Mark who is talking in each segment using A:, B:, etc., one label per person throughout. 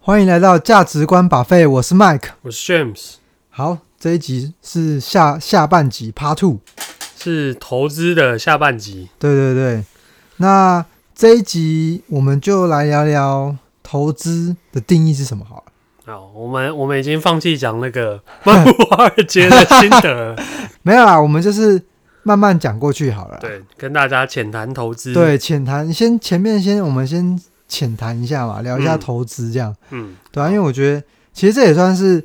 A: 欢迎来到价值观把费，我是 Mike。
B: 我是 James，
A: 好，这一集是下下半集 Part Two。
B: 是投资的下半集。
A: 对对对，那这一集我们就来聊聊投资的定义是什么好了。
B: 好，我们我们已经放弃讲那个 曼谷华尔街的心得了，
A: 没有啦，我们就是慢慢讲过去好了啦。
B: 对，跟大家浅谈投资。，
A: 对，浅谈先前面先我们先浅谈一下嘛，聊一下
B: 嗯
A: 投资这样。
B: 嗯，
A: 对啊，因为我觉得其实这也算是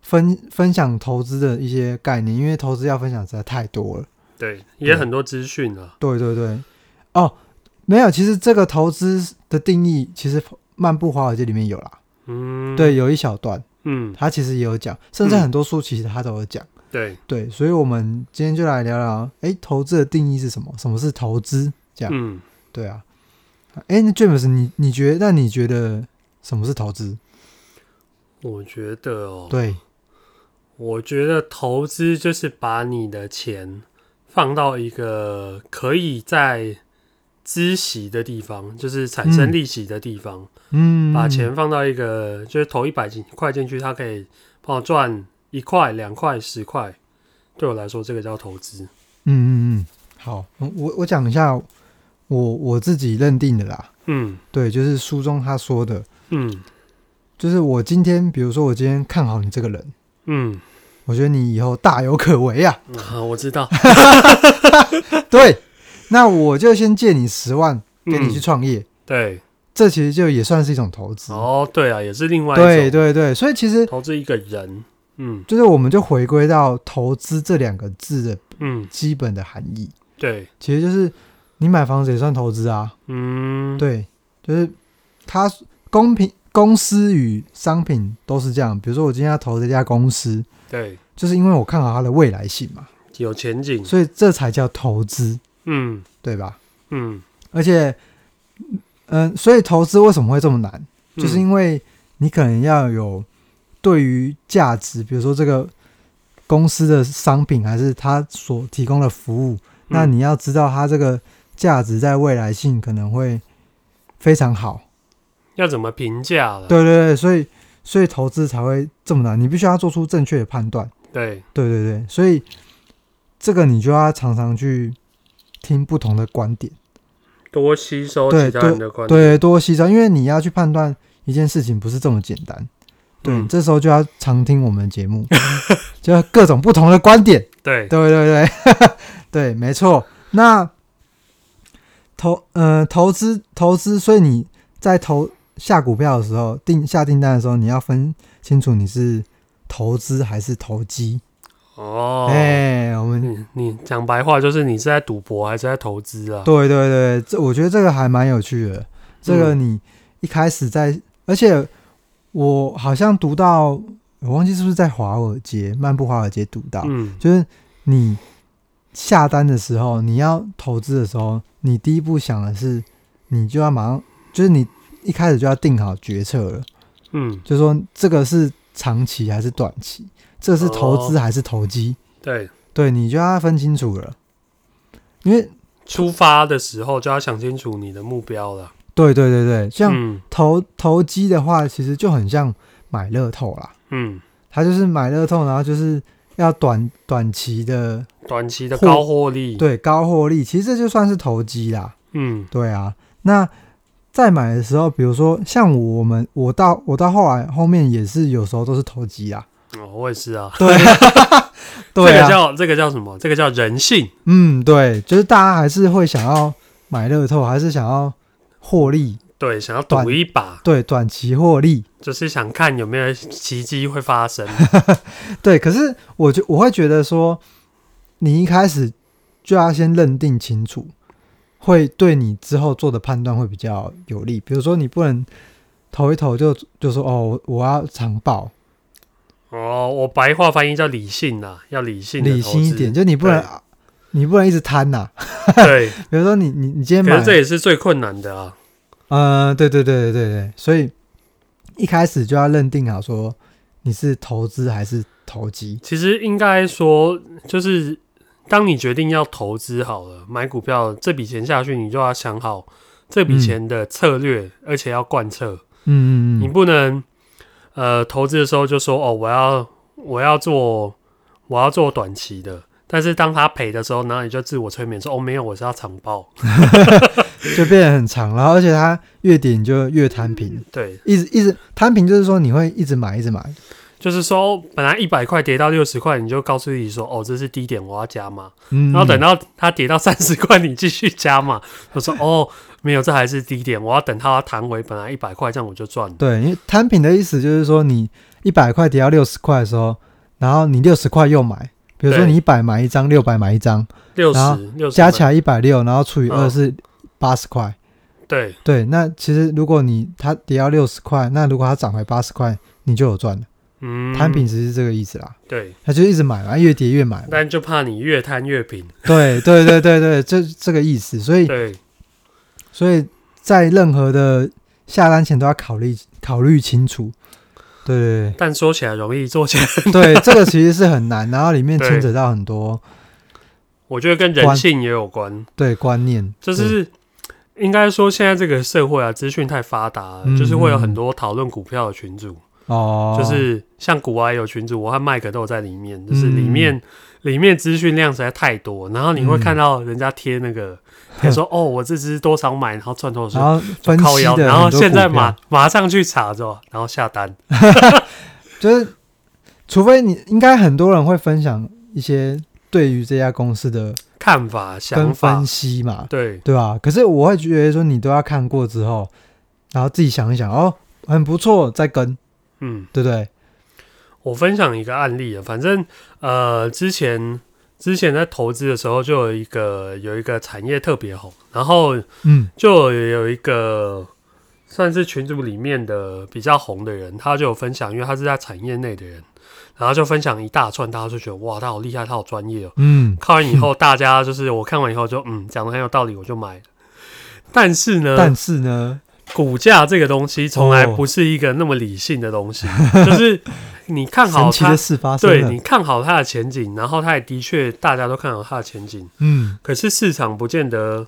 A: 分分享投资的一些概念，因为投资要分享实在太多了。
B: 对，也很多资讯啊。
A: 对对对，哦，没有，其实这个投资的定义，其实《漫步华尔街》里面有啦，
B: 嗯，，
A: 对，有一小段，
B: 嗯，
A: 他其实也有讲，甚至
B: 嗯
A: 很多书其实他都有讲。
B: 对，
A: 对，所以我们今天就来聊聊，哎，投资的定义是什么？什么是投资？这样，
B: 嗯，
A: 对啊。哎，那 James，你你觉得？那你觉得什么是投资？
B: 我觉得哦，
A: 对，
B: 我觉得投资就是把你的钱放到一个可以在孳息的地方，就是产生
A: 嗯
B: 利息的地方，
A: 嗯，
B: 把钱放到一个就是投一百块进去，它可以帮我赚一块、两块、十块。对我来说，这个叫投资。
A: 嗯嗯嗯，好，嗯我我讲一下我我自己认定的啦。
B: 嗯
A: 对，就是书中他说的，
B: 嗯
A: 就是我今天，比如说我今天看好你这个人，
B: 嗯，
A: 我觉得你以后大有可为啊。
B: 啊，我知道，
A: 对，那我就先借你十万，给你去
B: 嗯
A: 创业，
B: 对
A: 这其实就也算是一种投资。
B: 哦，对啊，也是另外
A: 对
B: 一种
A: 对对，所以其实
B: 投资一个人。嗯
A: 就是我们就回归到投资这两个字的
B: 嗯，
A: 基本的含义，
B: 对，
A: 其实就是你买房子也算投资啊。
B: 嗯
A: 对，就是它公平公司与商品都是这样。比如说，我今天要投这家公司，
B: 对，
A: 就是因为我看好它的未来性嘛，
B: 有前景。
A: 所以这才叫投资，
B: 嗯
A: 对吧？
B: 嗯，
A: 而且，嗯、所以投资为什么会这么难？就是
B: 嗯
A: 因为你可能要有对于价值，比如说这个公司的商品还是它所提供的服务，那
B: 嗯
A: 你要知道它这个价值在未来性可能会非常好。
B: 要怎么评价了？
A: 对对对，所以所以投资才会这么难，你必须要做出正确的判断。
B: 对
A: 对对对，所以这个你就要常常去听不同的观点，
B: 多吸收
A: 对
B: 其他人的观点。
A: 对，多吸收，因为你要去判断一件事情不是这么简单。对，
B: 嗯
A: 这时候就要常听我们的节目，就要各种不同的观点。
B: 对
A: 对对对， 对，没错。那投呃投资投资，所以你在投下股票的时候，定下订单的时候，你要分清楚你是投资还是投机。哎、
B: 哦，
A: 我们
B: 你你讲白话就是你是在赌博还是在投资啊？
A: 对对对，这我觉得这个还蛮有趣的。这个
B: 嗯
A: 你一开始在，而且我好像读到，我忘记是不是在华尔街漫步华尔街读到，
B: 嗯
A: 啊就是你下单的时候，你要投资的时候，你第一步想的是，你就要马上，就是你一开始就要定好决策了，
B: 嗯，
A: 就是说这个是长期还是短期，这是投资还是投机，
B: 对，
A: 对你就要分清楚了。因为
B: 出发的时候就要想清楚你的目标了。
A: 对对对对，像
B: 嗯
A: 投投机的话，其实就很像买乐透啦，
B: 嗯，
A: 它就是买乐透，然后就是要短短期的
B: 短期的高获利。，
A: 对高获利，其实这就算是投机啦。
B: 嗯
A: 对啊，那在买的时候，比如说像我们，我到我到后来后面也是有时候都是投机啦。
B: 哦，我也是啊。
A: 对，对
B: 这个
A: 啊，
B: 叫这个叫什么？这个叫人性。
A: 嗯，对，就是大家还是会想要买乐透，还是想要获利，
B: 对，想要
A: 短
B: 赌一把，
A: 对，短期获利，
B: 就是想看有没有奇迹会发生。
A: 对。可是我就我会觉得说，你一开始就要先认定清楚，会对你之后做的判断会比较有利。比如说，你不能投一投就就说哦，我我要长报，
B: 哦，我白话翻译叫理性啊，要理性地
A: 理
B: 投
A: 性一
B: 资
A: 点，就你不能你不能一直贪呐、
B: 对，
A: 比如说你你你今天
B: 可
A: 买
B: 是，这也是最困难的啊。
A: 呃，对对对对对对，所以一开始就要认定好说你是投资还是投机。
B: 其实应该说，就是当你决定要投资好了，买股票这笔钱下去，你就要想好这笔钱的策略，而且要贯彻。
A: 嗯
B: 你
A: 嗯嗯，
B: 不能呃投资的时候就说哦，我要我要做我要做短期的，但是当他赔的时候，然后你就自我催眠说哦没有，我是要长报。
A: 就变得很长，然后而且它越点就越摊平，
B: 对，
A: 一直一直摊平，就是说你会一直买一直买，
B: 就是说本来一百块跌到六十块，你就告诉自己说哦这是低点，我要加码。
A: 嗯，
B: 然后等到它跌到三十块，你继续加码。他说哦没有，这还是低点，我要等它弹回本来一百块，这样我就赚了。
A: 对，因为摊平的意思就是说你一百块跌到六十块的时候，然后你六十块又买，比如说
B: 对
A: 你一百买一张，六百买一张，
B: 六十
A: 然后
B: 六十
A: 加起来一百六，然后除以二
B: 嗯
A: 是八十块。
B: 对
A: 对，那其实如果你它跌到六十块，那如果它涨回八十块，你就有赚了。
B: 嗯
A: 摊平只是这个意思啦，
B: 对，
A: 它就一直买嘛，越跌越买嘛。
B: 但就怕你越摊越平。
A: 对对对对对，这这个意思。所以
B: 对，
A: 所以在任何的下单前都要考虑考虑清楚。对
B: 但说起来容易，做起来
A: 对 对，对这个其实是很难，然后里面牵扯到很多
B: 我觉得跟人性也有关，
A: 对观念，
B: 就是。应该说，现在这个社会啊，资讯太发达了，
A: 嗯
B: 就是会有很多讨论股票的群组，
A: 对哦，
B: 就是像股外有群组，我和麦克都有在里面，就是
A: 嗯
B: 里面、里面资讯量实在太多，然后你
A: 嗯
B: 会看到人家贴那个，他、 说哦，我这只多少买，然后赚多
A: 然
B: 少，
A: 后分
B: 靠
A: 析
B: 腰，
A: 的，
B: 然后现在马，马上去查之后，然后下单，
A: 就是除非你应该很多人会分享一些对于这家公司的
B: 看法、想
A: 跟
B: 法
A: 分，析嘛，
B: 对
A: 对吧？可是我会觉得说你都要看过之后，然后自己想一想，哦，很不错，再跟，
B: 嗯，
A: 对不对？
B: 我分享一个案例啊，反正呃，之前之前在投资的时候，就有一个有一个产业特别红，然后
A: 嗯
B: 就有一个算是群组里面的比较红的人，他就有分享，因为他是在产业内的人，然后就分享一大串，大家就觉得哇，他好厉害，他好专 业哦。
A: 嗯，
B: 看完以后，大家就是我看完以后就嗯，讲的很有道理，我就买了。但是呢，
A: 但是呢，
B: 股价这个东西从来
A: 哦
B: 不是一个那么理性的东西， 就是你看好
A: 神奇
B: 它
A: 的，事发生
B: 对
A: 了
B: 你，看好它的前景，然后它也的确大家都看好它的前景，
A: 嗯，
B: 可是市场不见得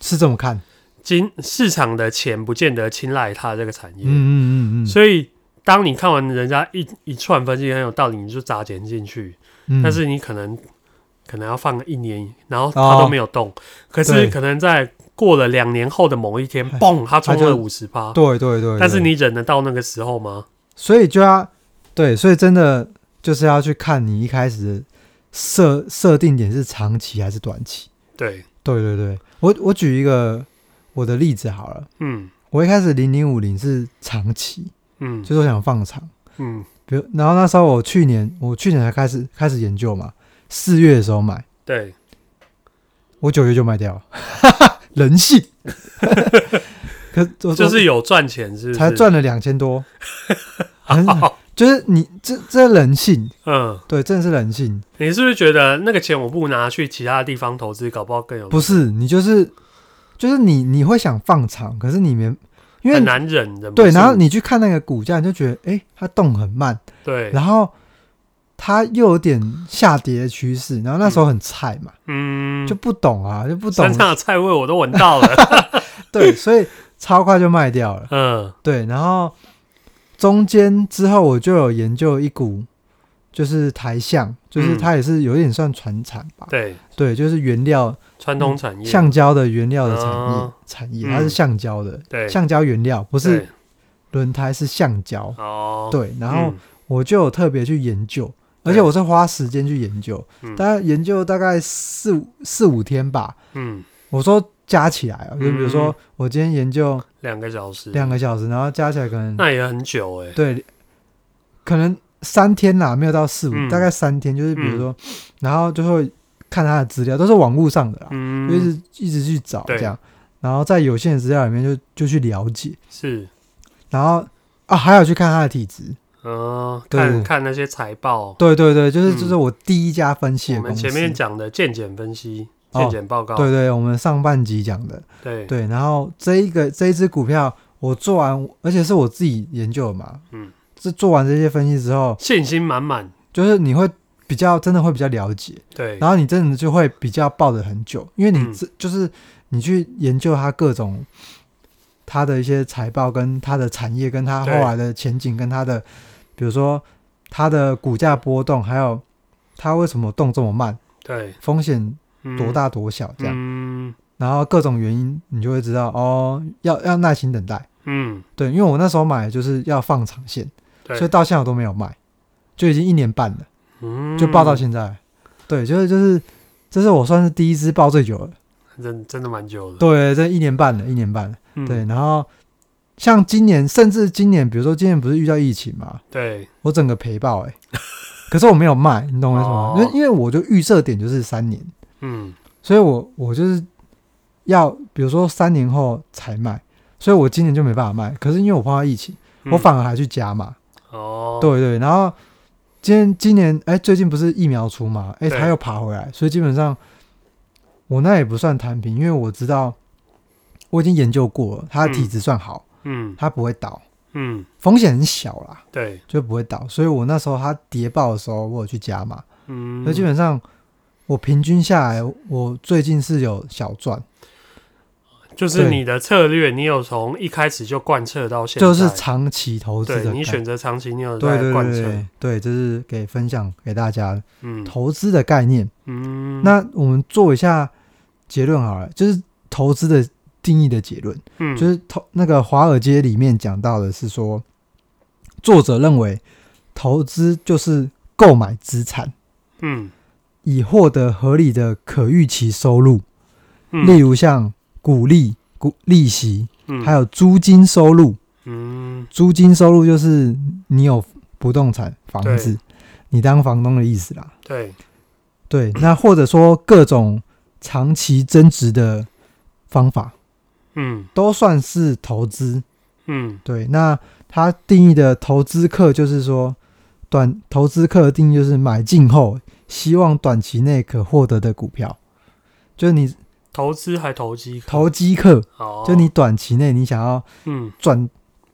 A: 是这么看，
B: 金市场的钱不见得青睐它这个产
A: 嗯嗯
B: 业，
A: 嗯嗯，
B: 所以当你看完人家一一串分析很有道理，你就砸钱进去，
A: 嗯
B: 但是你可能可能要放一年，然后它都没有动，可是
A: 哦对
B: 可能在过了两年后的某一天，嘣，它冲
A: 它
B: 了
A: 就
B: 五十趴，
A: 对对对，
B: 但是
A: 对
B: 你忍得到那个时候吗？
A: 所以就要对，所以真的就是要去看你一开始的设设定点是长期还是短期。
B: 对，
A: 对对对，我我举一个我的例子好了，
B: 嗯
A: 我一开始零零五零是长期，
B: 嗯
A: 就是我想放长，
B: 嗯，
A: 比如然后那时候我去年我去年才开始开始研究嘛，四月的时候买，
B: 对，
A: 我九月就卖掉了， 人性。可我
B: 就是有赚钱是不是
A: 才 赚了啊两千多，很
B: 好
A: 就是你这这人性，
B: 嗯，
A: 对，真的是人性，
B: 你是不是觉得那个钱我不拿去其他地方投资，搞不好更有
A: 不是你就是就是你你会想放长，可是你没因为
B: 很难忍的？
A: 对，然后你去看那个股价，你就觉得诶，它动很慢，
B: 对，
A: 然后它又有点下跌的趋势，然后那时候很菜嘛，
B: 嗯，
A: 就不懂啊，就不懂
B: 山，上的菜味我都闻 到了。
A: 对，所以超快就卖掉了，
B: 嗯
A: 对，然后中间之后我就有研究一股。就是台象，就是
B: 嗯
A: 它也是有点算船产吧，，
B: 对，
A: 对，就是原料
B: 传统产业，
A: 橡胶的原料的产业、
B: 哦
A: 产业，
B: 嗯
A: 它是橡胶的，
B: 对
A: 橡胶原料不
B: 不
A: 是轮胎是橡胶，
B: 哦，
A: 对。然后
B: 嗯，
A: 我就有特别去研究，
B: 对
A: 而且我是花时间去研究
B: 嗯，
A: 大概研究大概四五四五天吧。
B: 嗯，
A: 我说加起来啊，就比如说
B: 嗯
A: 我今天研究
B: 两个小时，
A: 两个小时，然后加起来可能
B: 那也很久哎。
A: 对，可能三天啦，没有到四五，
B: 嗯
A: 大概三天，就是比
B: 嗯
A: 如说，然后就会看他的资料，都是网络上的啦，就一
B: 嗯，
A: 直一直去找
B: 对
A: 这样，然后在有限的资料里面就就去了解，
B: 是，
A: 然后啊还有去看他的体质，
B: 嗯，
A: 对
B: 看看那些财报，
A: 对对对，就是、
B: 嗯
A: 就是我第一家分析
B: 我
A: 的公
B: 们
A: 司，
B: 前面讲的健检分析、
A: 哦
B: 健检报告，
A: 对对，我们上半集讲的，
B: 对
A: 对，然后这一个这一只股票我做完，而且是我自己研究的嘛，
B: 嗯，
A: 是做完这些分析之后，
B: 信心满满，
A: 就是你会比较真的会比较了解，
B: 对，
A: 然后你真的就会比较抱得很久，因为你
B: 嗯
A: 这、就是你去研究它各种他的一些财报，跟他的产业，跟他后
B: 对
A: 来的前景，跟他的，比如说他的股价波动，还有他为什么动这么慢，
B: 对，
A: 风险
B: 嗯
A: 多？大多小这样，
B: 嗯
A: 然后各种原因，你就会知道哦，要要耐心等待。
B: 嗯，
A: 对，因为我那时候买就是要放长线，
B: 对
A: 所以到现在我都没有卖，就已经一年半了，
B: 嗯
A: 就报到现在。对，就是就是，这是我算是第一支报最久了。
B: 真真的蛮久的。
A: 对，这一年半了，一年半了。
B: 嗯
A: 对，然后像今年，甚至今年，比如说今年不是遇到疫情嘛，
B: 对，
A: 我整个赔爆哎、可是我没有卖，你懂我意思吗？
B: 哦
A: 因为因为我就预设点就是三年，
B: 嗯
A: 所以我我就是要比如说三年后才卖，所以我今年就没办法卖。可是因为我碰到疫情，
B: 嗯
A: 我反而还去加码，
B: 哦，
A: 对对，然后今天今年哎、最近不是疫苗出嘛，哎、
B: 对
A: 它又爬回来，所以基本上我那也不算摊平，因为我知道我已经研究过了，它的体质算好，
B: 嗯
A: 它不会倒，
B: 嗯，
A: 风险很小啦，
B: 对，
A: 就不会倒，所以我那时候它跌爆的时候，我有去加嘛，
B: 嗯
A: 所以基本上我平均下来，我最近是有小赚，
B: 就是
A: 对
B: 你的策略，你有从一开始就贯彻到现在，
A: 就是长期投资的
B: 对
A: 概
B: 你
A: 念。
B: 选择长期，你有
A: 对
B: 在
A: 对
B: 贯
A: 对
B: 彻
A: 对，对，这是给分享给大家的
B: 嗯
A: 投资的概念。
B: 嗯，
A: 那我们做一下结论好了，就是投资的定义的结论，
B: 嗯
A: 就是投那个《华尔街》里面讲到的是说，作者认为投资就是购买资产，
B: 嗯
A: 以获得合理的可预期收入，
B: 嗯，
A: 例如像股利、股利息，
B: 嗯
A: 还有租金收入。
B: 嗯
A: 租金收入就是你有不动产房子，你当房东的意思啦。
B: 对，
A: 对，那或者说各种长期增值的方法，
B: 嗯
A: 都算是投资。
B: 嗯
A: 对，那它定义的投资客就是说，短投资客的定义就是买进后希望短期内可获得的股票，就是你
B: 投资还投机客，
A: 投机客，
B: 哦，
A: 就你短期内你想要
B: 嗯
A: 赚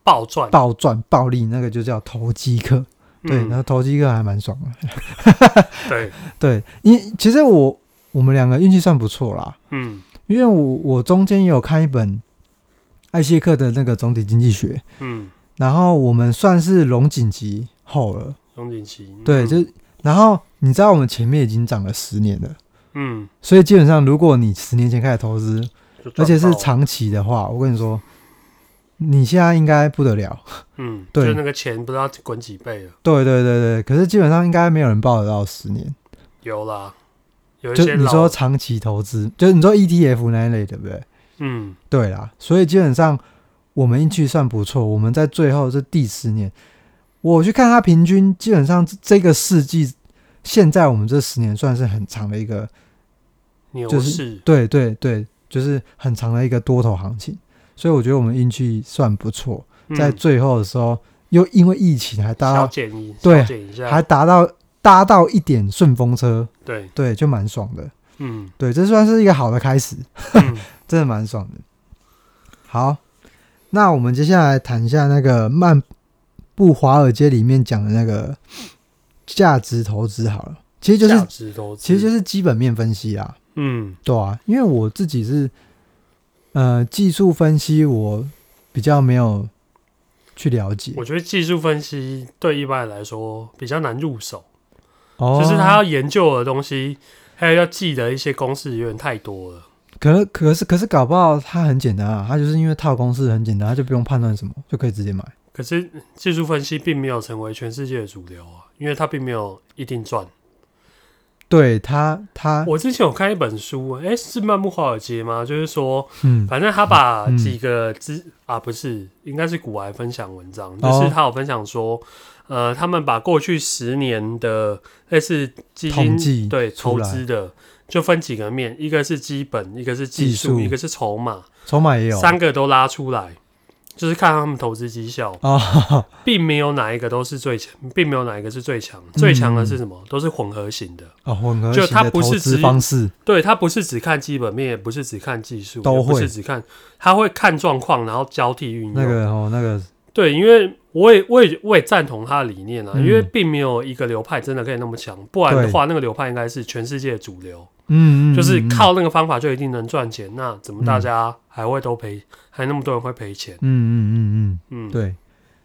B: 暴赚，
A: 暴赚暴利，那个就叫投机客。对，
B: 嗯
A: 然后投机客还蛮爽的。
B: 对，
A: 对，因为其实我我们两个运气算不错啦。
B: 嗯
A: 因为我我中间有看一本艾谢克的那个总体经济学，
B: 嗯，
A: 然后我们算是龙井级后了，
B: 龙景琦，
A: 对，
B: 嗯
A: 就然后你知道我们前面已经涨了十年了，
B: 嗯，
A: 所以基本上如果你十年前开始投资，
B: 就赚
A: 而且是
B: 爆了，
A: 长期的话，我跟你说，你现在应该不得了，
B: 嗯，
A: 对
B: 就那个钱不知道滚几倍了，
A: 对对对对，可是基本上应该没有人报得到十年，
B: 有啦，有一
A: 就
B: 些
A: 你
B: 老
A: 说长期投资，就是你说 ETF 那一类，对不对？
B: 嗯
A: 对啦，所以基本上我们运气算不错。我们在最后这第十年，我去看它平均，基本上这这个世纪，现在我们这十年算是很长的一个，
B: 牛
A: 就是
B: 市，
A: 对对对，就是很长的一个多头行情。所以我觉得我们运气算不错，
B: 嗯
A: 在最后的时候又因为疫情还达
B: 小啊
A: 到
B: 减一，
A: 对
B: 小减一
A: 还
B: 下，
A: 达到搭到一点顺风车，
B: 对，
A: 对，就蛮爽的。
B: 嗯
A: 对，这算是一个好的开始。
B: 嗯
A: 真的蛮爽的。好，那我们接下来谈一下那个《漫步华尔街》里面讲的那个价值投资好了，其 实就
B: 价
A: 是
B: 值投资，
A: 其实就是基本面分析啦，
B: 嗯
A: 对啊，因为我自己是呃技术分析，我比较没有去了解，
B: 我觉得技术分析对一般人来说比较难入手，
A: 哦，
B: 就是他要研究的东西，还有要记得一些公式有点太多了。
A: 可能可是可是搞不好它很简单啊，它就是因为套公式很简单，它就不用判断什么，就可以直接买。
B: 可是技术分析并没有成为全世界的主流啊，因为它并没有一定赚。
A: 对它它
B: 我之前有看一本书，诶，是漫步华尔街吗？就是说，
A: 嗯
B: 反正他把
A: 嗯
B: 几个资、啊，不是，应该是古玩分享文章，就
A: 哦
B: 是他有分享说，呃，他们把过去十年的类似基
A: 统计
B: 金对
A: 出
B: 投
A: 来
B: 资的，就分几个面，一个是基本，一个是技
A: 技术
B: 术，一个是筹码，
A: 筹码也有
B: 三个都拉出来，就是看他们投资绩效，
A: 哦，
B: 并没有哪一个都是最强，并没有哪一个是最强，
A: 嗯
B: 最强的是什么？都是混合型的。
A: 哦，混合
B: 就
A: 型
B: 它
A: 的
B: 不
A: 投
B: 是
A: 资
B: 只
A: 方式，
B: 对，它不是只看基本面，也不是只看技术，
A: 都
B: 也不
A: 会
B: 是只看，它会看状况，然后交替运用。
A: 那个哦，那个
B: 对，因为我也我也我也赞同他的理念啊，
A: 嗯
B: 因为并没有一个流派真的可以那么强，不然
A: 对
B: 的话，那个流派应该是全世界的主流。
A: 嗯，嗯
B: 就是
A: 嗯
B: 靠那个方法就一定能赚钱，那怎么大家还会都赔，还那么多人会赔钱？
A: 嗯嗯嗯嗯
B: 嗯，
A: 嗯，，对。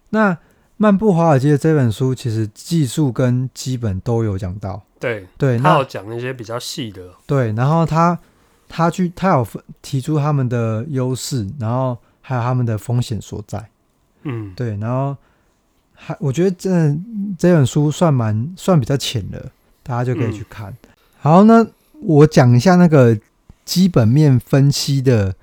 A: 那《漫步华尔街》这本书其实技术跟基本都有讲到，
B: 对，
A: 对，
B: 他
A: 那
B: 有讲那些比较细的，
A: 对，然后他他去他有分提出他们的优势，然后还有他们的风险所在，
B: 嗯，
A: 对，然后还我觉得这这本书算蛮算比较浅的，大家就
B: 嗯
A: 可以去看。好，那我讲一下那个基本面分析的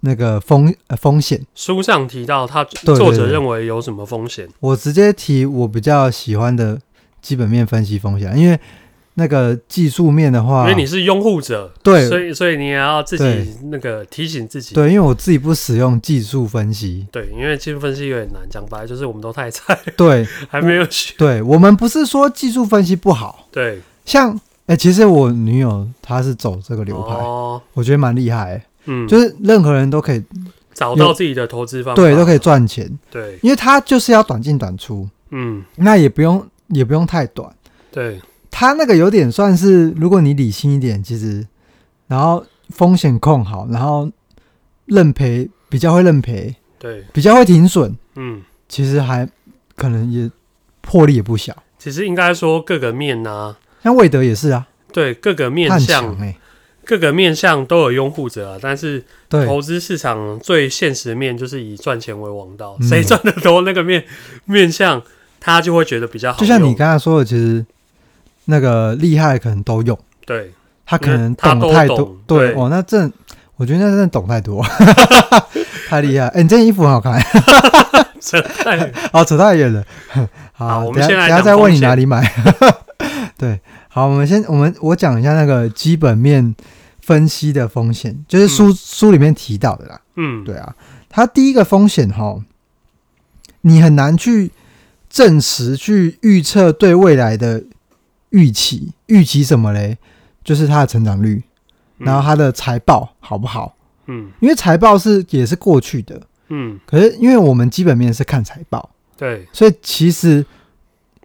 A: 那个风、呃、风险，
B: 书上提到他
A: 对对
B: 作者
A: 对
B: 认为有什么风险？
A: 我直接提我比较喜欢的基本面分析风险，啊因为那个技术面的
B: 因
A: 话，
B: 为你是拥护者，
A: 啊对
B: 所以所以你也要自己
A: 对
B: 那个提醒自己，
A: 对，因为我自己不使用技术分析，
B: 对，因为技术分析有点难，讲白了就是我们都太菜，
A: 对
B: 还没有学，
A: 对，我们不是说技术分析不好，
B: 对，
A: 像哎、其实我女友她是走这个流派，
B: 哦，
A: 我觉得蛮厉害、欸，
B: 嗯，
A: 就是任何人都可以
B: 找到自己的投资方法，
A: 对都可以，赚钱，
B: 对，
A: 因为她就是要短进短出，
B: 嗯，
A: 那也不用也不用太短，
B: 对，
A: 他那个有点算是，如果你理性一点，其实，然后风险控好，然后认赔比较会认赔，
B: 对，
A: 比较会停损，
B: 嗯，
A: 其实还可能也魄力也不小。
B: 其实应该说各个面啊，
A: 像魏德也是啊，
B: 对，各个
A: 他
B: 面
A: 很
B: 向
A: 强，哎、
B: 各个面向都有拥护者啊，但是
A: 对
B: 投资市场最现实面就是以赚钱为王道，
A: 嗯
B: 谁赚得多那个面 面向，他就会觉得比较好用，
A: 就像你刚才说的，其实那个厉害的可能都用，
B: 对，
A: 他可能
B: 他都
A: 懂太
B: 懂
A: 多，
B: 对
A: 对，哦，那真的，我觉得那真的懂太多， 太厉害。哎、你这件衣服很好看，
B: 真 的。
A: 好，扯太远了。
B: 好
A: 好，
B: 我们
A: 等下
B: 先来
A: 等下
B: 讲
A: 再问
B: 风
A: 你
B: 险
A: 哪里买。 对，好，我们先我们我讲一下那个基本面分析的风险，就是书、书里面提到的啦。
B: 嗯，
A: 对啊，它第一个风险哈，你很难去证实去预测对未来的预期，预期什么嘞？就是它的成长率，
B: 嗯
A: 然后它的财报好不好？
B: 嗯
A: 因为财报是也是过去的，
B: 嗯，
A: 可是因为我们基本面是看财报。
B: 对，
A: 所以其实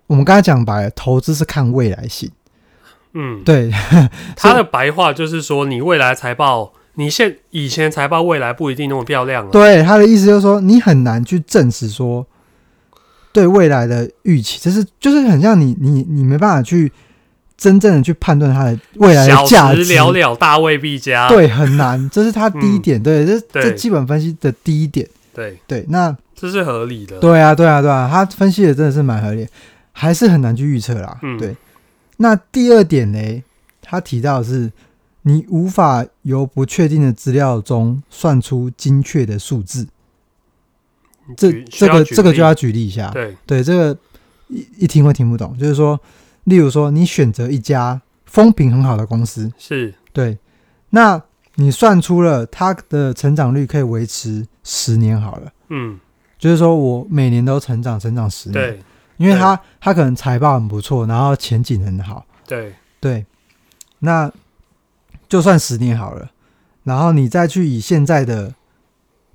A: 我们刚才讲白了，投资是看未来性。
B: 嗯，
A: 对，
B: 他的白话就是说，你未来财报，你现以前财报未来不一定那么漂亮啊了。
A: 对，他的意思就是说，你很难去证实说对未来的预期，就是就是很像你你你没办法去真正的去判断它的未来
B: 小
A: 的价值
B: 时。了了，大未必佳。
A: 对，很难，这是他第一点。对，这
B: 对
A: 这基本分析的第一点。
B: 对，
A: 对，那
B: 这是合理的。
A: 对啊，对啊，对啊，他分析的真的是蛮合理，还是很难去预测啦。
B: 嗯
A: 对，那第二点嘞，他提到的是你无法由不确定的资料中算出精确的数字，
B: 你
A: 这
B: 举需
A: 这
B: 要
A: 个
B: 举
A: 这个
B: 例
A: 就要举例一下。
B: 对，
A: 对，这个一一听会听不懂，就是说，例如说你选择一家风评很好的公司，
B: 是
A: 对，那你算出了它的成长率可以维持十年好了。
B: 嗯，
A: 就是说我每年都成长，成长十年。
B: 对
A: 因为他他可能财报很不错，然后前景很好，
B: 对，
A: 对，那就算十年好了，然后你再去以现在的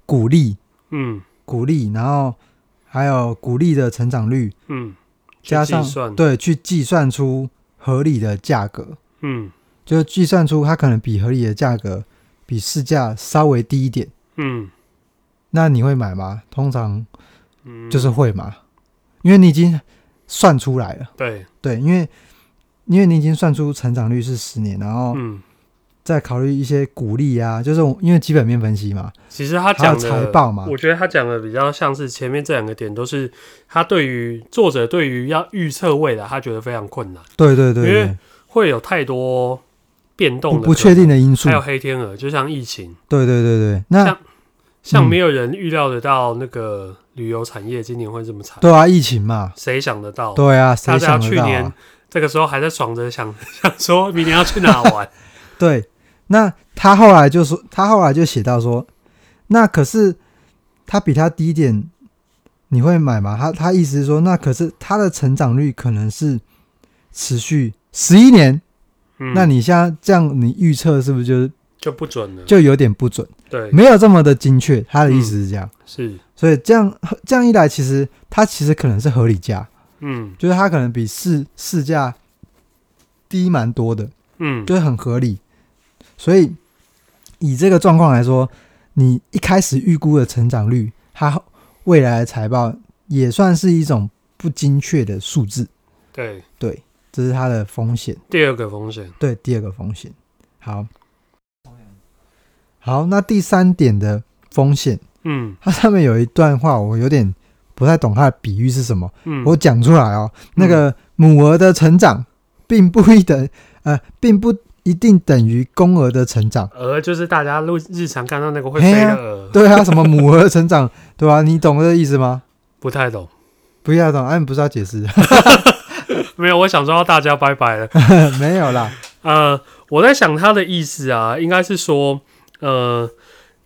A: 鼓励
B: 嗯
A: 鼓励，然后还有鼓励的成长率，
B: 嗯，去
A: 加
B: 计
A: 上
B: 算，
A: 对去计算出合理的价格，
B: 嗯
A: 就计算出它可能比合理的价格比市价稍微低一点，
B: 嗯
A: 那你会买吗？通常
B: 嗯，
A: 就是会嘛，因为你已经算出来了。
B: 对，
A: 对，因为因为你已经算出成长率是十年，然后
B: 嗯，
A: 再考虑一些鼓励啊，就是我因为基本面分析嘛，
B: 其实他
A: 还有
B: 讲的
A: 财报嘛，
B: 我觉得他讲的比较像是前面这两个点，都是他对于作者对于要预测未来，他觉得非常困难，
A: 对对对
B: 因为
A: 对，
B: 会有太多变动
A: 不
B: 的
A: 不确定
B: 的，
A: 的因素
B: 还，有黑天鹅，就像疫情，
A: 对对对对，那
B: 像像
A: 嗯
B: 没有人预料得到那个旅游产业今年会这么惨，
A: 对啊，疫情嘛，
B: 谁想得到？
A: 对啊，
B: 大
A: 谁
B: 家
A: 想得
B: 去
A: 到
B: 年
A: 啊？
B: 这个时候还在爽着想 想说明年要去哪 玩，
A: 对，那他后来就说，他后来就写到说，那可是他比他低一点，你会买吗？他他意思是说，那可是他的成长率可能是持续十一年，
B: 嗯，
A: 那你现在这样，你预测是不是就是
B: 就不准了。
A: 就有点不准，
B: 对，嗯
A: 没有这么的精确。他的意思是这样，
B: 是，
A: 所以这样这样一来，其实它其实可能是合理价，
B: 嗯
A: 就是它可能比市市价低蛮多的。
B: 嗯，
A: 就是很合理。所以以这个状况来说，你一开始预估的成长率，它未来的财报也算是一种不精确的数字。
B: 对，
A: 对，这是它的风险。
B: 第二个风险，
A: 对，第二个风险。好，好，那第三点的风险，
B: 嗯
A: 它上面有一段话，我有点不太懂它的比喻是什么。
B: 嗯，
A: 我讲出来哦，那个母鹅的成长并不一等，呃，并不一定等于公鹅的成长。
B: 鹅就是大家路日常看到那个会
A: 嘿
B: 飞
A: 呀
B: 的鹅，
A: 对啊，什么母鹅的成长， 对吧、你懂这个意思吗？
B: 不太懂。
A: 不要懂，哎、你不是要解释？
B: 没有，我想说要大家拜拜了。
A: 没有啦，
B: 呃，我在想他的意思啊，应该是说，呃，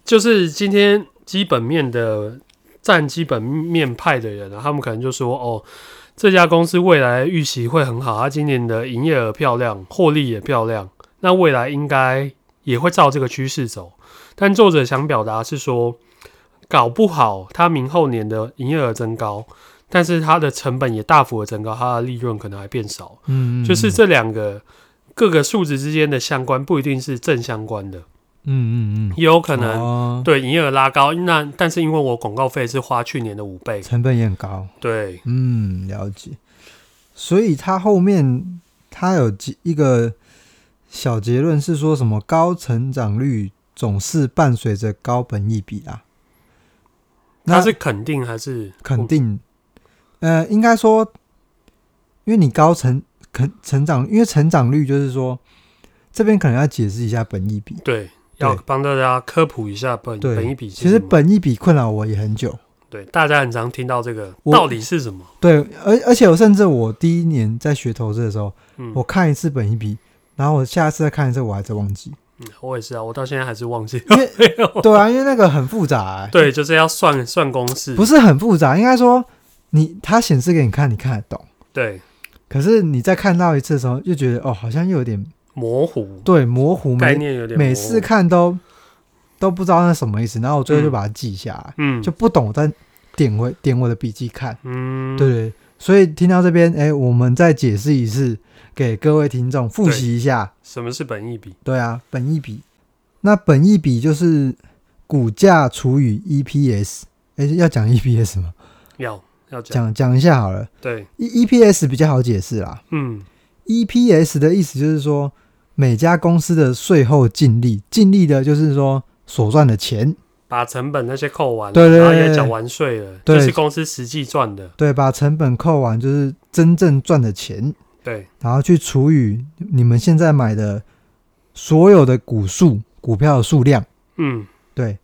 B: 就是今天基本面的占基本面派的人啊，他们可能就说，哦，这家公司未来预期会很好，它啊今年的营业额漂亮，获利也漂亮，那未来应该也会照这个趋势走。但作者想表达是说，搞不好它明后年的营业额增高，但是它的成本也大幅的增高，它的利润可能还变少。
A: 嗯，
B: 就是，这两个各个数值之间的相关不一定是正相关的，
A: 嗯嗯嗯，
B: 也有可能、
A: 哦、
B: 对营业额拉高。那但是因为我广告费是花去年的五倍，
A: 成本也很高，
B: 对，
A: 嗯，了解。所以它后面它有几一个小结论是说什么高成长率总是伴随着高本益比啊啦。
B: 它是肯定还是
A: 肯定，呃，应该说，因为你高成肯成长，因为成长率就是说，这边可能要解释一下本益比。
B: 对？要
A: 对
B: 帮大家科普一下本
A: 对
B: 本一笔是
A: 其实
B: 什么
A: 本益比困扰我也很久，
B: 对大家很常听到这个
A: 我
B: 到底是什么？
A: 对，而而且我甚至我第一年在学投资的时候，
B: 嗯，
A: 我看一次本益比，然后我下次再看一次，我还在忘 记，
B: 嗯我也是啊，我到现在还是忘记。
A: 因为对啊，因为那个很复杂、欸，
B: 对，就是要算算公式，
A: 不是很复杂，应该说你它显示给你看，你看得懂，
B: 对
A: 可是你再看到一次的时候，又觉得哦，好像又有点
B: 模糊
A: 对模糊，没
B: 概念有点模糊
A: 每次看都都不知道那什么意思，然后我最后就把它记下来，
B: 嗯
A: 就不懂我再点回点我的笔记看。
B: 嗯
A: 对对，所以听到这边，哎，我们再解释一次给各位听众复习一下。
B: 什么是本一笔？
A: 对啊，本益比，那本益比就是股价除以 E EPS。哎，要讲 EPS 吗？
B: 要要讲
A: 讲讲一下好了。
B: 对，
A: E EPS 比较好解释啦。
B: 嗯
A: EPS 的意思就是说每家公司的税后净利，净利的就是说所赚的钱。
B: 把成本那些扣完了，
A: 对对
B: 然后
A: 对
B: 也
A: 对
B: 缴完税了，
A: 对
B: 就是公司实际赚的，
A: 对，把成本扣完就是真正赚的钱，
B: 对，
A: 然后去除以你们现在买的所有的股数、股票的数量。
B: 嗯，
A: 对，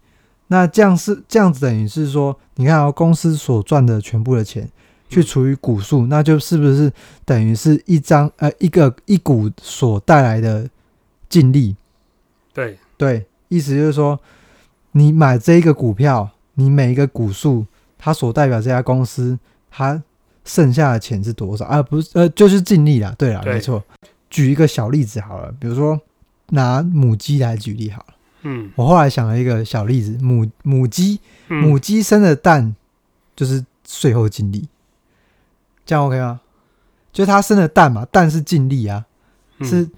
A: 那这样是这样子，等于是说，你看哦，公司所赚的全部的钱去除以股数，那就是不是等于是一张呃一个一股所带来的净利？
B: 对，
A: 对，意思就是说，你买这一个股票，你每一个股数，它所代表这家公司它剩下的钱是多少啊？不是，呃，就是净利啦。对啦，
B: 对
A: 没错。举一个小例子好了，比如说拿母鸡来举例好了。
B: 嗯，
A: 我后来想了一个小例子，母母鸡
B: 嗯
A: 母鸡生的蛋就是税后净利，这样 OK 吗？就是它生的蛋嘛，蛋是净利啊，
B: 嗯
A: 是、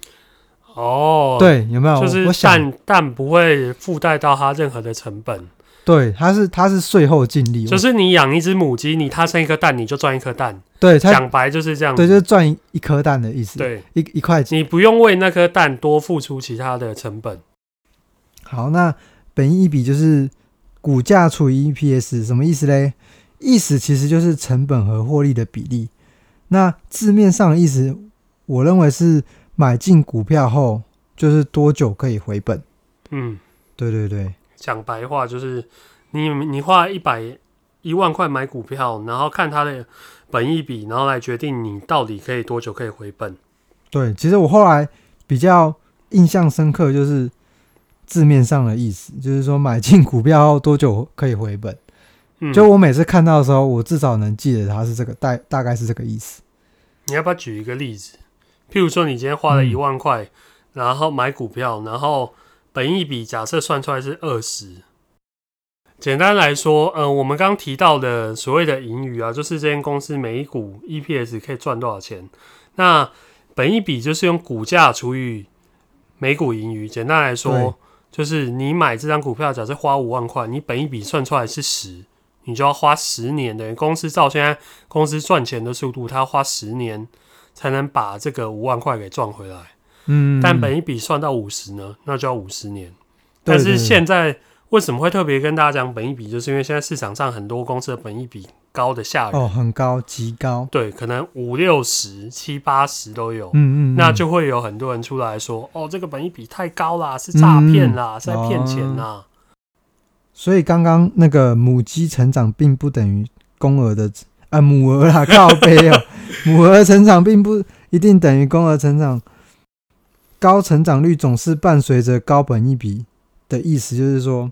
B: 哦，，
A: 对有没有？
B: 就是
A: 我我想
B: 蛋蛋不会附带到它任何的成本，
A: 对，它是它是税后净利，我
B: 就是你养一只母鸡，你它生一颗蛋，你就赚一颗蛋，
A: 对它
B: 讲白就是这样
A: 对就
B: 子，
A: 是赚一一颗蛋的意思，
B: 对，
A: 一一块钱。
B: 你不用为那颗蛋多付出其他的成本，
A: 好，那本益比就是股价除以 EPS，什么意思嘞？意思其实就是成本和获利的比例。那字面上的意思，我认为是买进股票后，就是多久可以回本。
B: 嗯，
A: 对对对，
B: 讲白话就是你你花一百一万块买股票，然后看它的本益比，然后来决定你到底可以多久可以回本，
A: 对，其实我后来比较印象深刻就是字面上的意思，就是说买进股票后多久可以回本。
B: 嗯，
A: 就我每次看到的时候，我至少能记得它是这个大大概是这个意思。
B: 你要不要举一个例子？譬如说，你今天花了
A: 嗯
B: 一万块，然后买股票，然后本益比假设算出来是二十。简单来说，呃，我们刚提到的所谓的盈余啊，就是这间公司每一 E 股 EPS 可以赚多少钱。那本益比就是用股价除以每股盈余。简单来
A: 对
B: 说，就是你买这张股票，假设花五万块，你本一笔算出来是十，你就要花十年，等于公司照现在公司赚钱的速度，它要花十年才能把这个五万块给赚回来。
A: 嗯，
B: 但本一笔算到五十呢，那就要五十年。
A: 对
B: 但
A: 对
B: 是
A: 对
B: 现在为什么会特别跟大家讲本一笔，就是因为现在市场上很多公司的本一笔高的吓人，
A: 哦很高，极高，
B: 对，可能五六十、七八十都有。
A: 嗯嗯，
B: 那
A: 嗯
B: 就会有很多人出来说：“哦，这个本一比太高啦，是诈骗啦，
A: 嗯
B: 是在骗钱
A: 哦
B: 啦。
A: 所以刚刚那个母鸡成长并不等于公鹅的啊母鹅啦， 靠背哦，母鹅成长并不一定等于公鹅成长。高成长率总是伴随着高本一比的意思，就是说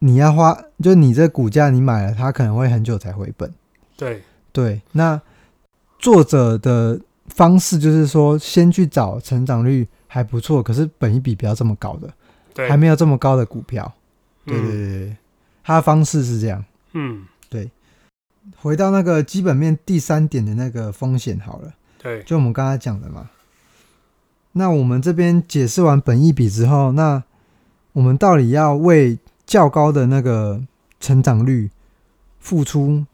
A: 你要花，就你这股价你买了，它可能会很久才回本。
B: 对
A: 对，那作者的方式就是说，先去找成长率还不错，可是本一比不要这么高的，
B: 对，
A: 还没有这么高的股票。对对
B: 嗯
A: 对对，他的方式是这样。
B: 嗯，
A: 回到那个基本面第三点的那个风险好了，
B: 对，
A: 就我们刚才讲的嘛。那我们这边解释完本益比之后，那我们到底要为较高的那个成长率付出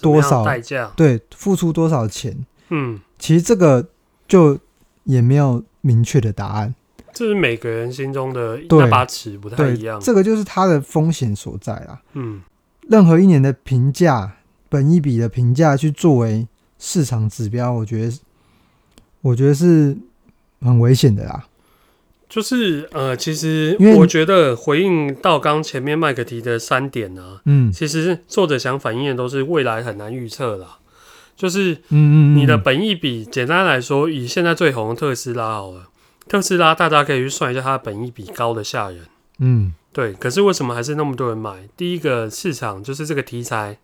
A: 多
B: 什么
A: 少
B: 样代价？
A: 对付出多少钱？
B: 嗯，
A: 其实这个就也没有明确的答案。
B: 这是每个人心中的
A: 对
B: 那把尺不太
A: 对
B: 一样，。
A: 这个就是它的风险所在啦。
B: 嗯，
A: 任何一年的评价，本一笔的评价去作为市场指标，我觉得，我觉得是很危险的啦。
B: 就是呃，其实
A: 因为
B: 我觉得回应到刚前面麦克提的三点呢、
A: 嗯
B: 其实作者想反映的都是未来很难预测啦，就是
A: 嗯嗯，
B: 你的
A: 嗯
B: 本益比，简单来说，以现在最红的特斯拉好了，特斯拉大家可以去算一下它的本益比高的吓人。
A: 嗯
B: 对，可是为什么还是那么多人买？第一个市场就是这个题材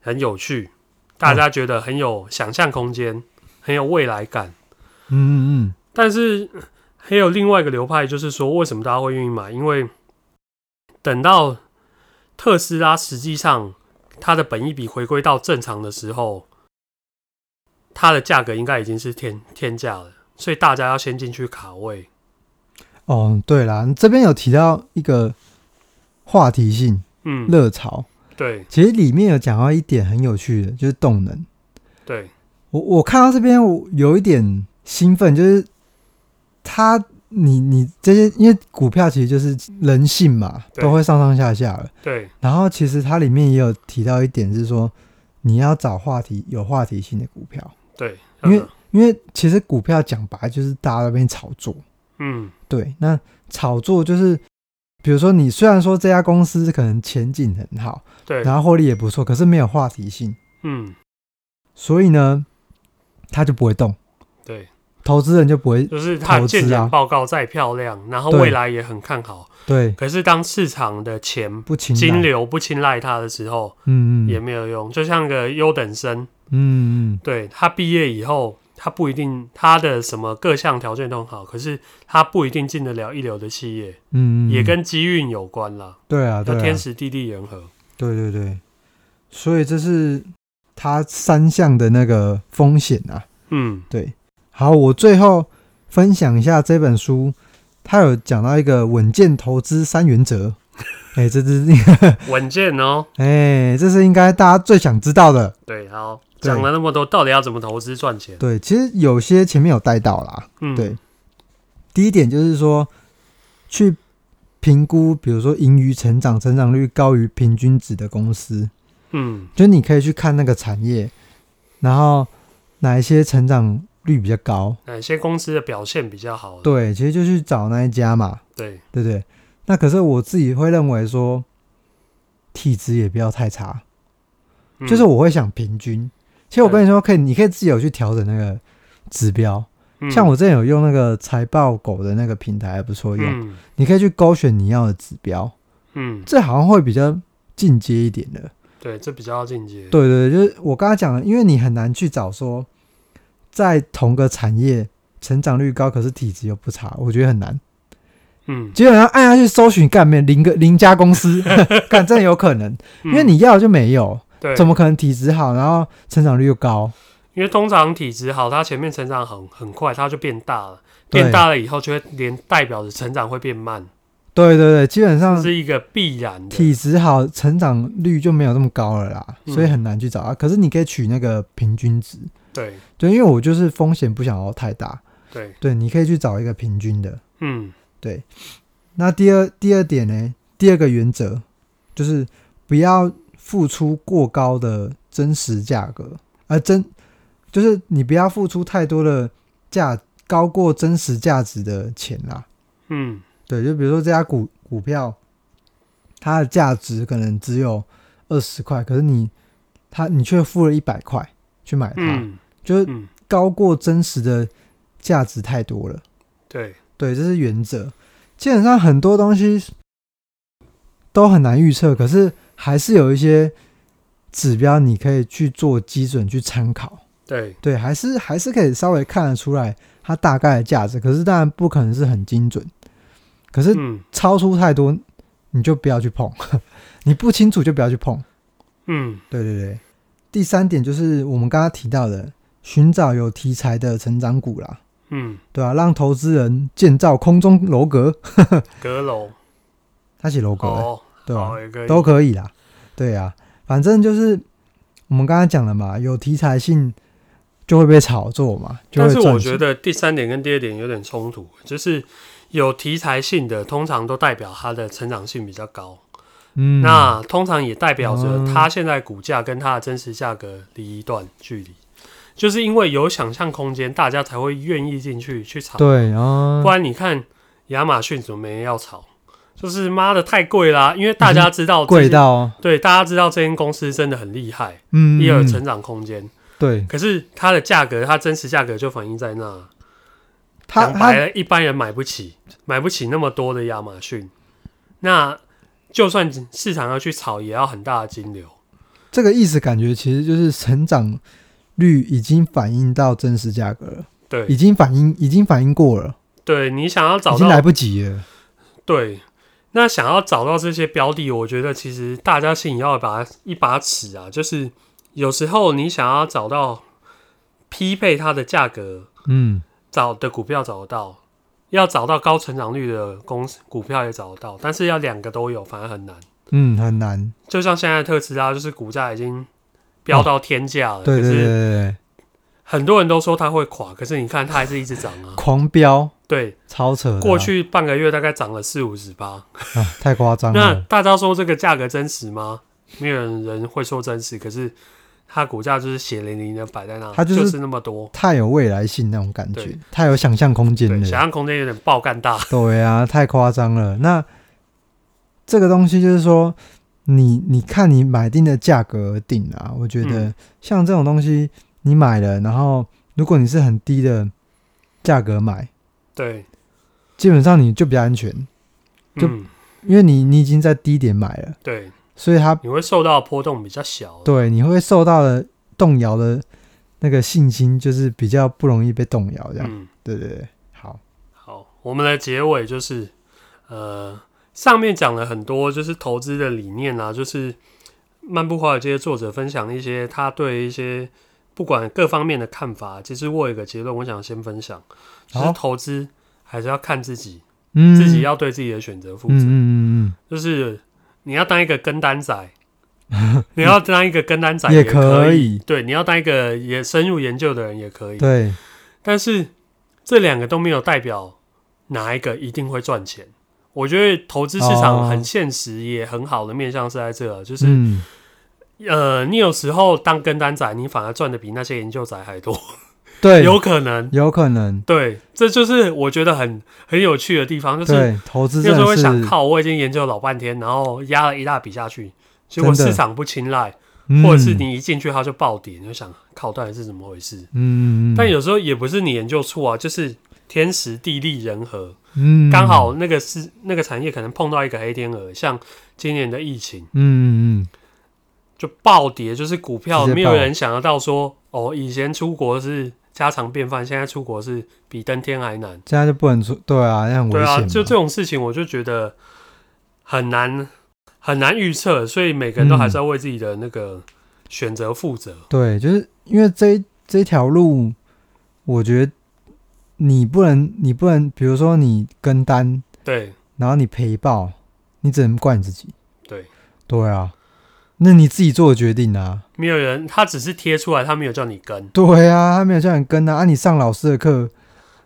B: 很有趣，大家觉得很有想象空间，很有未来感。
A: 嗯嗯
B: 但是还有另外一个流派，就是说为什么大家会愿意买？因为等到特斯拉实际上它的本益比回归到正常的时候，它的价格应该已经是天天价了，所以大家要先进去卡位。
A: 嗯，哦，对啦，这边有提到一个话题性
B: 嗯，
A: 热潮，
B: 对
A: 其实里面有讲到一点很有趣的，就是动能。
B: 对，
A: 我我看到这边，我有一点兴奋，就是它，你你这些，因为股票其实就是人性嘛，
B: 对
A: 都会上上下下的。
B: 对，
A: 然后其实它里面也有提到一点是说，你要找话题有话题性的股票，
B: 对，
A: 因为
B: 嗯
A: 因为其实股票讲白就是大家在那边炒作，
B: 嗯，
A: 对，那炒作就是。比如说，你虽然说这家公司可能前景很好，
B: 对，
A: 然后获利也不错，可是没有话题性，
B: 嗯，
A: 所以呢，它就不会动，
B: 对，
A: 投资人就不会
B: 就是它
A: 投资啊
B: 见检报告再漂亮，然后
A: 对
B: 未来也很看好，
A: 对
B: 可是当市场的钱
A: 不青睐
B: 金流不青睐它的时候，
A: 嗯嗯
B: 也没有用。就像个优等生，
A: 嗯嗯
B: 对他毕业以后，他不一定他的什么各项条件都很好，可是他不一定进得了一流的企业，
A: 嗯，嗯
B: 也跟机运有关啦，
A: 对啊
B: 要
A: 对啊
B: 天时地利人和。
A: 对对对，所以这是它三项的那个风险啊。
B: 嗯，
A: 对，好，我最后分享一下这本书，它有讲到一个稳健投资三原则。哎、这是
B: 稳健哦。
A: 哎、这是应该大家最想知道的。
B: 对，好，
A: 对
B: 讲了那么多，到底要怎么投资赚钱？
A: 对，其实有些前面有带到啦，
B: 嗯，
A: 对，第一点就是说，去评估，比如说盈余成长、成长率高于平均值的公司，
B: 嗯
A: 就你可以去看那个产业，然后哪一些成长率比较高，
B: 哪些公司的表现比较好？啊
A: 对，其实就去找那一家嘛，
B: 对，
A: 对不对？那可是我自己会认为说，体质也不要太差，
B: 嗯
A: 就是我会想平均。其实我跟
B: 对
A: 你说，可以，你可以自己有去调整那个指标。
B: 嗯
A: 像我之前有用那个财报狗的那个平台，还不错用。
B: 嗯
A: 你可以去勾选你要的指标，
B: 嗯，
A: 这好像会比较进阶一点的。
B: 对，这比较进阶。
A: 对对对，就是我刚才讲的，因为你很难去找说在同个产业成长率高，可是体质又不差，我觉得很难。
B: 嗯，
A: 基本上按下去搜寻，干没零个零家公司， 干真的有可能，因
B: 嗯
A: 为你要的就没有，
B: 对
A: 怎么可能体质好，然后成长率又高？
B: 因为通常体质好，它前面成长很很快，它就变大了，
A: 对
B: 变大了以后就会连代表着成长会变慢，
A: 对对对，基本
B: 这
A: 上
B: 是一个必然的。
A: 嗯体质好，成长率就没有那么高了啦，
B: 嗯
A: 所以很难去找啊。可是你可以取那个平均值，
B: 对
A: 对，因为我就是风险不想要太大，
B: 对，
A: 对，你可以去找一个平均的。
B: 嗯
A: 那第二第二点呢，第二个原则就是不要付出过高的真实价格，而真就是你不要付出太多的价高过真实价值的钱啦。
B: 嗯
A: 对，就比如说这家股股票，它的价值可能只有二十块，可是你它你却付了一百块去买它，
B: 嗯
A: 就是
B: 嗯，
A: 高过真实的价值太多了。
B: 对
A: 对，这是原则。基本上很多东西都很难预测，可是还是有一些指标你可以去做基准去参考。
B: 对
A: 对，还是还是可以稍微看得出来它大概的价值，可是当然不可能是很精准。可是
B: 嗯
A: 超出太多，你就不要去碰， 你不清楚就不要去碰。
B: 嗯
A: 对对对。第三点就是我们刚刚提到的，寻找有题材的成长股啦，
B: 嗯，
A: 对吧、让投资人建造空中楼阁，
B: 阁楼
A: 他写楼阁、欸，
B: 哦，
A: 对吧、
B: 好一个
A: 都可以啦。对啊，反正就是我们刚刚讲了嘛，有题材性就会被炒作嘛，就
B: 但
A: 会
B: 是我
A: 赚
B: 觉
A: 钱。
B: 得第三点跟第二点有点冲突，就是有题材性的，通常都代表它的成长性比较高，
A: 嗯，
B: 那通常也代表着
A: 嗯
B: 它现在股价跟它的真实价格离一段距离，就是因为有想象空间，大家才会愿意进去去炒，
A: 对啊
B: 不，然你看亚马逊怎么没人要炒？就是妈的太贵啦、因为大家知道这
A: 贵
B: 些
A: 到
B: 对，大家知道这间公司真的很厉害，
A: 嗯，
B: 也有
A: 嗯
B: 成长空间，
A: 对
B: 可是它的价格，它真实价格就反映在那。
A: 他
B: 讲
A: 他
B: 白了，一般人买不起，买不起那么多的亚马逊。那就算市场要去炒，也要很大的金流。
A: 这个意思感觉其实就是成长率已经反映到真实价格了，已
B: 对
A: 经反映已经反映过了，
B: 对，你想要
A: 已
B: 找
A: 经来
B: 到
A: 不及了。
B: 对，那想要找到这些标的，我觉得其实大家心里要有把一把尺啊，就是有时候你想要找到匹配它的价格，
A: 嗯，
B: 找的股票找得到，要找到高成长率的公司股票也找得到，但是要两个都有，反而很难。
A: 嗯，很难。
B: 就像现在的特斯拉，就是股价已经飙到天价了，
A: 对对对
B: 可是
A: 对对，。
B: 很多人都说它会垮，可是你看它还是一直涨啊
A: 狂飙
B: 对，
A: 超扯的啊，
B: 过去半个月大概涨了四五十八。
A: 啊太夸张
B: 那
A: 了。
B: 大家说这个价格真实吗？没有人人会说真实，可是它股价就是血淋淋的摆在那，
A: 它就
B: 就是那么多。
A: 太有未来性那种感觉
B: 对，
A: 太有想象空间
B: 对，想
A: 了。
B: 象空间有点爆干大。
A: 对啊，太夸张了。那这个东西就是说，你你看你买定的价格而定啊。我觉得
B: 嗯
A: 像这种东西，你买了，然后如果你是很低的价格买，
B: 对，
A: 基本上你就比较安全，就
B: 嗯，
A: 因为你你已经在低点买了，
B: 对，
A: 所以它
B: 你会受到波动比较小。
A: 对你会受到的动摇的那个信心，就是比较不容易被动摇。这样，
B: 嗯，
A: 对对对，好，
B: 好，我们的结尾就是，呃，上面讲了很多，就是投资的理念啊，就是漫步华尔街的作者分享一些他对一些不管各方面的看法。其实我有一个结论，我想先分享，就是
A: 好
B: 投资还是要看自己，
A: 嗯，
B: 自己要对自己的选择负责。
A: 嗯嗯嗯
B: 就是你要当一个跟单仔，你要当一个跟单仔
A: 也
B: 可
A: 可
B: 以
A: 以
B: 对，你要当一个也深入研究的人也可
A: 嗯，。
B: 以
A: 对，
B: 但是这两个都没有代表哪一个一定会赚钱。我觉得投资市场
A: 哦
B: 很现实，也很好的面向是在这儿，就是、
A: 嗯，
B: 呃，你有时候当跟单仔，你反而赚的比那些研究仔还多，
A: 对，
B: 有可能。
A: 有可能。
B: 对，这就是我觉得很很有趣的地方，就是
A: 对，投资
B: 有
A: 真
B: 时候会
A: 的
B: 想，
A: 是，
B: 靠，我已经研究老半天，然后压了一大笔下去，结果
A: 真的
B: 市场不青睐，
A: 嗯
B: 或者是，你一进去它就暴跌，你就想，靠，到底是怎么回事？
A: 嗯，嗯
B: 但，有时候也不是你研究错啊，就是天时地利人和，
A: 嗯，
B: 刚好，那个是那个产业可能碰到一个黑天鹅，像今年的疫情
A: 嗯嗯
B: 就暴跌，就是股票
A: 直接爆
B: 没有人想得到说，哦，以前出国是家常便饭，现在出国是比登天还难
A: 嗯，。这样就不能出，对啊，这样很
B: 对
A: 危
B: 啊，
A: 险嘛，
B: 就这种事情，我就觉得很难很难预测，所以每个人都还是要为自己的那个选择负责。
A: 对，就是因为这一这条路，我觉得你不能，你不能，比如说你跟单，
B: 对
A: 然后你赔爆，你只能怪你自己。
B: 对，
A: 对啊，那你自己做的决定啊。
B: 没有人，他只是贴出来，他没有叫你跟。
A: 对啊，他没有叫你跟啊，啊你上老师的课，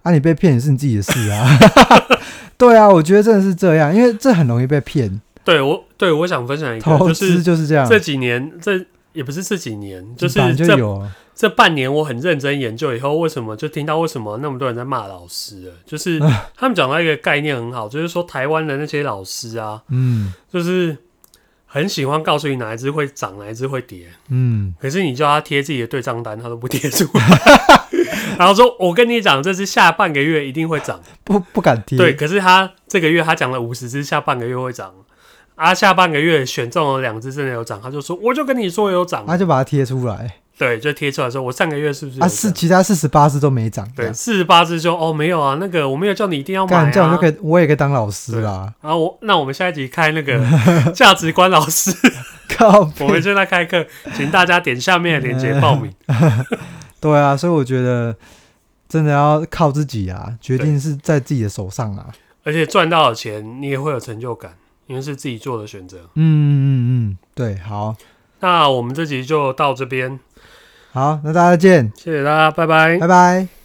A: 啊你被骗也是你自己的事啊。 对啊，我觉得真的是这样，因为这很容易被骗，
B: 对我，对我想分享一个，
A: 投
B: 就
A: 资
B: 是
A: 就是这样，
B: 这几年，这也不是这几年，就是
A: 本来就
B: 这
A: 有啊
B: 这半年我很认真研究以后，为什么就听到为什么那么多人在骂老师了？就是
A: 啊
B: 他们讲到一个概念很好，就是说台湾的那些老师啊，
A: 嗯
B: 就是很喜欢告诉你哪一只会涨，哪一只会跌，
A: 嗯，
B: 可是你叫他贴自己的对账单，他都不贴出 来。然后说，我跟你讲，这只下半个月一定会涨。
A: 不不敢贴，
B: 对，可是他这个月他讲了五十只，下半个月会涨。啊，下半个月选中了两只，真的有涨，他就说，我就跟你说有涨。
A: 他啊就把它贴出来，
B: 对，就贴出来说，我上个月是不是有
A: 啊
B: 涨？
A: 是其他四十八只都没涨，这
B: 对，
A: 样
B: 四十八只就哦没有啊，那个我没有叫你一定要买啊。
A: 干这样我就可以，我也可以当老师啦，
B: 然后我那我们下一集开那个价值观老 师，
A: 靠背，
B: 我们正在开课，请大家点下面的链接报名。
A: 对啊，所以我觉得真的要靠自己啊，决定是在自己的手上啊，
B: 而且赚到的钱你也会有成就感，因为是自己做的选择。
A: 嗯嗯嗯嗯，对，好
B: 那我们这集就到这边，
A: 好，那大家见，
B: 谢谢大家，拜拜
A: 拜拜。